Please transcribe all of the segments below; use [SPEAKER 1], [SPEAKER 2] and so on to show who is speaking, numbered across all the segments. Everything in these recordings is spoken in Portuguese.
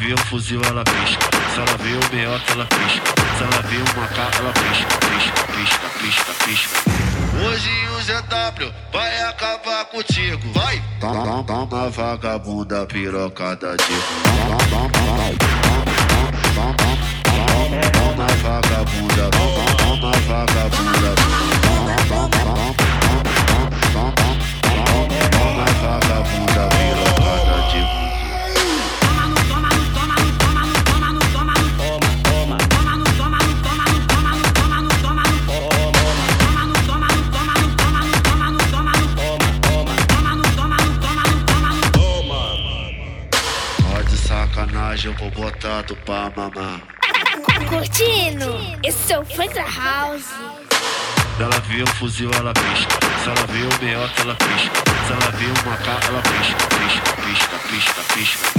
[SPEAKER 1] vê um fuzil, ela pisca. Se ela vê um meiota, ela pisca. Se ela vê um macaco, ela pisca, pisca, pisca, pisca, pisca. Hoje o ZW vai acabar contigo. Vai! Toma, toma, vagabunda pirocada de. Toma, toma, toma, toma, toma, vagabunda. Toma, toma, vagabunda. Toma, toma, toma, toma, toma, toma, vagabunda pirocada de. sacanagem, eu vou botar do pra mamar.
[SPEAKER 2] Curtindo, esse é o Fanta House.
[SPEAKER 1] Se ela vê um fuzil, ela pisca. Se ela vê um meiota, ela pisca. Se ela vê um macaco, ela pisca, pisca, pisca, pisca, pisca.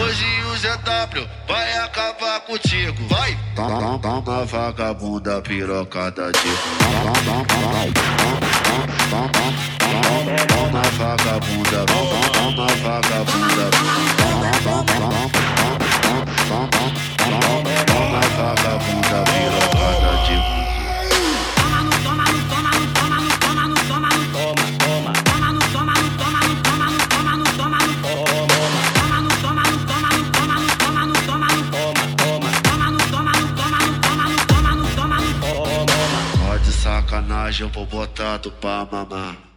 [SPEAKER 1] Hoje o ZW vai acabar contigo, vai! Toma, toma, vagabunda pirocada de. Toma, toma, toma, toma, toma, vagabunda, toma, toma, vagabunda. Toma, toma, toma, toma, toma, toma, vagabunda pirocada de. sacanagem, eu vou botar do pra mamar.